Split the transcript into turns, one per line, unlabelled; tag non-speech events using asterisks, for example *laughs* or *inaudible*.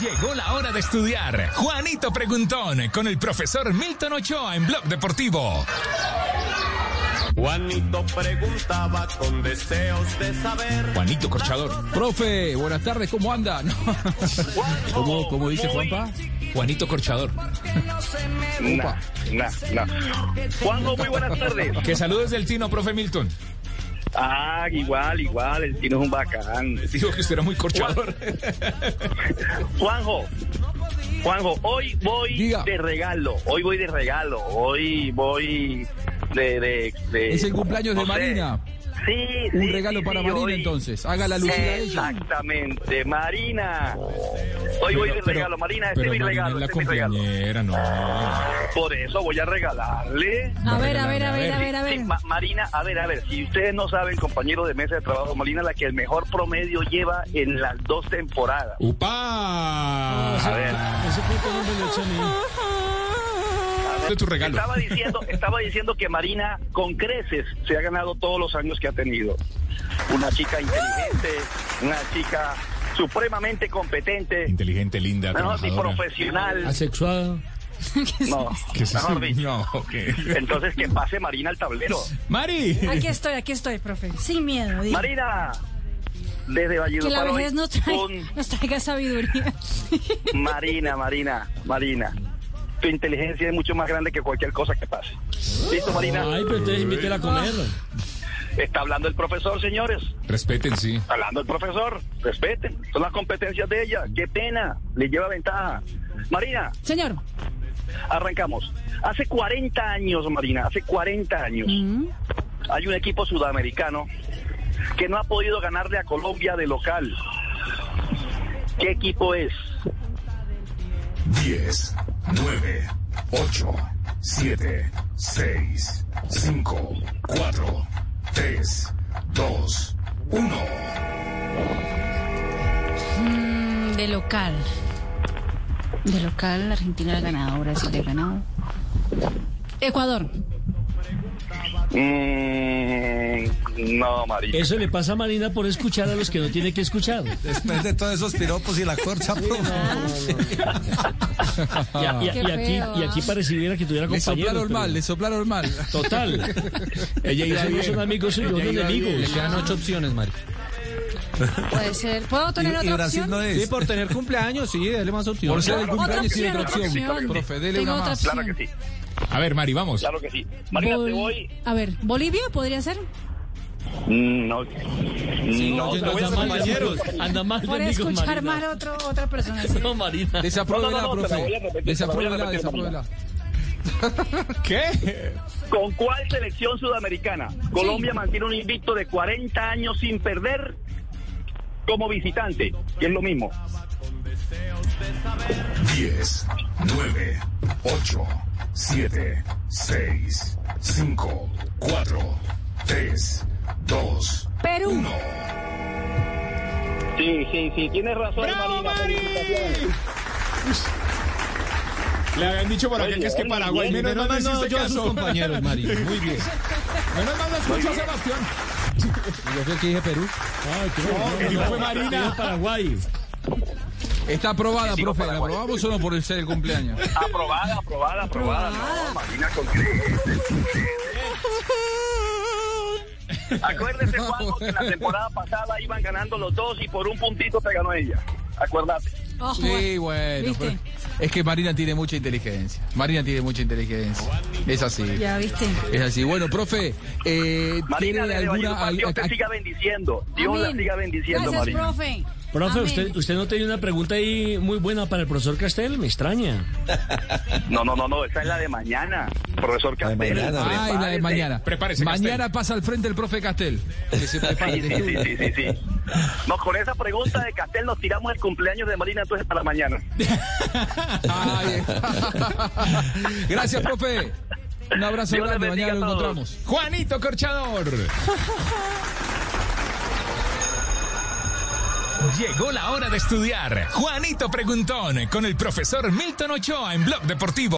Llegó la hora de estudiar. Juanito Preguntón con el profesor Milton Ochoa en Blog Deportivo.
Juanito preguntaba con deseos de saber.
Juanito Corchador.
Profe, buenas tardes, ¿cómo
*laughs*
anda? No. ¿Cómo, cómo dice Juanpa?
Juanito Corchador.
Nah, nah, nah. Juanjo, muy buenas tardes.
Que saludes del Tino, profe Milton.
Ah, igual, igual, el Tino es un bacán.
Digo que usted era muy corchador. *laughs*
Juanjo, Juanjo, hoy voy
Diga.
de regalo, hoy voy de regalo, hoy voy de... de, de-
Es el cumpleaños de
no sé.
Marina.
Sí,
Un
sí,
regalo
sí,
para
sí,
Marina,
hoy.
entonces. Hágala lucir a ella.
Exactamente, Marina. Hoy voy de
Pero-
regalo, Marina, este
pero
es mi
Marina
regalo,
es la
este es mi regalo.
compañera, no.
Por eso voy a regalarle.
A ver, a ver, a ver, a ver, a
Sí,
ver.
Ma- Marina, a ver, a ver, si ustedes no saben, compañeros de mesa de trabajo, Marina es la que el mejor promedio lleva en las dos temporadas.
¡Upa!
A ver,
De tu regalo.
estaba diciendo, estaba diciendo que Marina con creces se ha ganado todos los años que ha tenido. Una chica inteligente, una chica supremamente competente,
Inteligente, linda,
mejor dicho,
trabajadora.
profesional.
Asexuado.
*laughs*
No,
¿Qué es eso?
mejor dicho.
No, *laughs* ok.
Entonces que pase Marina al tablero.
Mari.
Aquí estoy, aquí estoy, profe. Sin miedo. diga.
Marina, desde
Que la
Valledupar hoy,
vejez nos traiga,
un-
*laughs* nos traiga sabiduría. *laughs*
Marina, Marina, Marina. Tu inteligencia es mucho más grande que cualquier cosa que pase. ¿Listo, Marina?
pero ustedes inviten a comer.
Está hablando el profesor, señores.
Respeten, sí.
Está hablando el profesor. Respeten. Son las competencias de ella. Qué pena. Le lleva ventaja. Marina,
Señor.
arrancamos. Hace 40 años, Marina, hace 40 años,
Mm.
hay un equipo sudamericano que no ha podido ganarle a Colombia de local. ¿Qué equipo es?
10, 9, 8, 7, 6, 5, 4, 3, 2, 1.
Mm, De local. De local, Argentina le ha ganado, Brasil le ha ganado.
Ecuador.
Mm, no, Marina.
Eso le pasa a Marina por escuchar a los que no tiene que escuchar.
Después de todos esos piropos y la corcha, pues. profe.
Y, a- y a-
Qué
y aquí,
feo,
y aquí
ah.
pareciera que tuviera
*laughs* Le
compañeros.
soplaron
pero-
mal, le soplaron
*laughs*
mal.
Total.
*laughs* Ella iba
Esos no
bien.
son amigos suyos, son
Ella iba bien.
enemigos.
Le quedan ocho opciones, Mari.
Puede ser.
¿Puedo
Y,
tener
y
otra
Brasil
opción?
no
Sí,
es.
por tener cumpleaños, sí, dale más opciones.
Por ser el
Otra
cumpleaños tiene
opción,
otra
otra
opción.
opción.
Profe, dele
Tengo
una
otra
más.
opción.
Claro que sí.
A ver, Mari, vamos.
Claro que sí. Marina, te
Bol-
voy.
A ver, ¿Bolivia podría
*laughs*
ser?
Mm, No. No,
oye,
te voy a-
Buenos
Anda mal, de
compañeros.
amigos, anda mal de
Por
amigos,
escuchar mal
Marina.
a otro, otra persona. sí.
No, Marina.
Desapruébela,
No, no, no, te
profe.
la voy a repetir, te la voy a
Desapruébela,
repetir,
desapruébela. *laughs*
¿Qué?
¿Con cuál selección sudamericana Colombia mantiene un invicto de 40 años sin perder como visitante? Que es lo mismo.
10, 9, 8, 7, 6, 5, 4, 3, 2,
Perú.
1.
Sí, sí, sí, tienes razón, Marina. felicitaciones.
Le habían dicho por
Muy
acá que es que
bien, muy
Paraguay
bien.
menos
Pero
mal
no,
le
no,
hiciste
yo a sus
caso.
compañeros,
*laughs*
Mari. Muy bien.
Menos mal lo escuchó Sebastián.
Yo creo que dije Perú.
Ay, qué
que no fue Marina.
Era Paraguay.
Está aprobada,
Sí, sí,
profe. ¿La
Paraguay.
aprobamos o no por el ser el cumpleaños?
Aprobada, aprobada, aprobada. No, Marina, con
*laughs*
Acuérdese, Juanjo, que la temporada pasada iban ganando los dos y por un puntito te ganó ella. Acuérdate.
Oh,
Sí, bueno.
¿Viste?
pero- Es que Marina tiene mucha inteligencia. Marina tiene mucha inteligencia. Es así.
Ya viste.
Es así. Bueno, profe, eh,
Marina,
¿tiene
desde
alguna...
Valledupar,
al-
Dios te
a-
siga bendiciendo. Dios la
Amén.
siga bendiciendo,
Gracias,
Marina.
profe.
Profe,
Amén.
usted, usted no tenía una pregunta ahí muy buena para el profesor Castel, me extraña.
No, no, no, no, esa es la de mañana, profesor
Ah, y
Castel.
la de
Prepárese.
mañana.
Prepárese,
Mañana
Castel.
pasa al frente el profe Castel. Que
*laughs*
se prepare.
Sí,
que
sí, sí,
estudie.
sí, sí, sí. No, con esa pregunta de Castel nos tiramos el cumpleaños de Marina entonces para mañana.
Ahí
*laughs*
está. Gracias, profe. Un abrazo
Dios les
grande.
bendiga
Mañana
a
nos
todos.
encontramos.
Juanito Corchador. Llegó la hora de estudiar. Juanito Preguntón con el profesor Milton Ochoa en Blog Deportivo.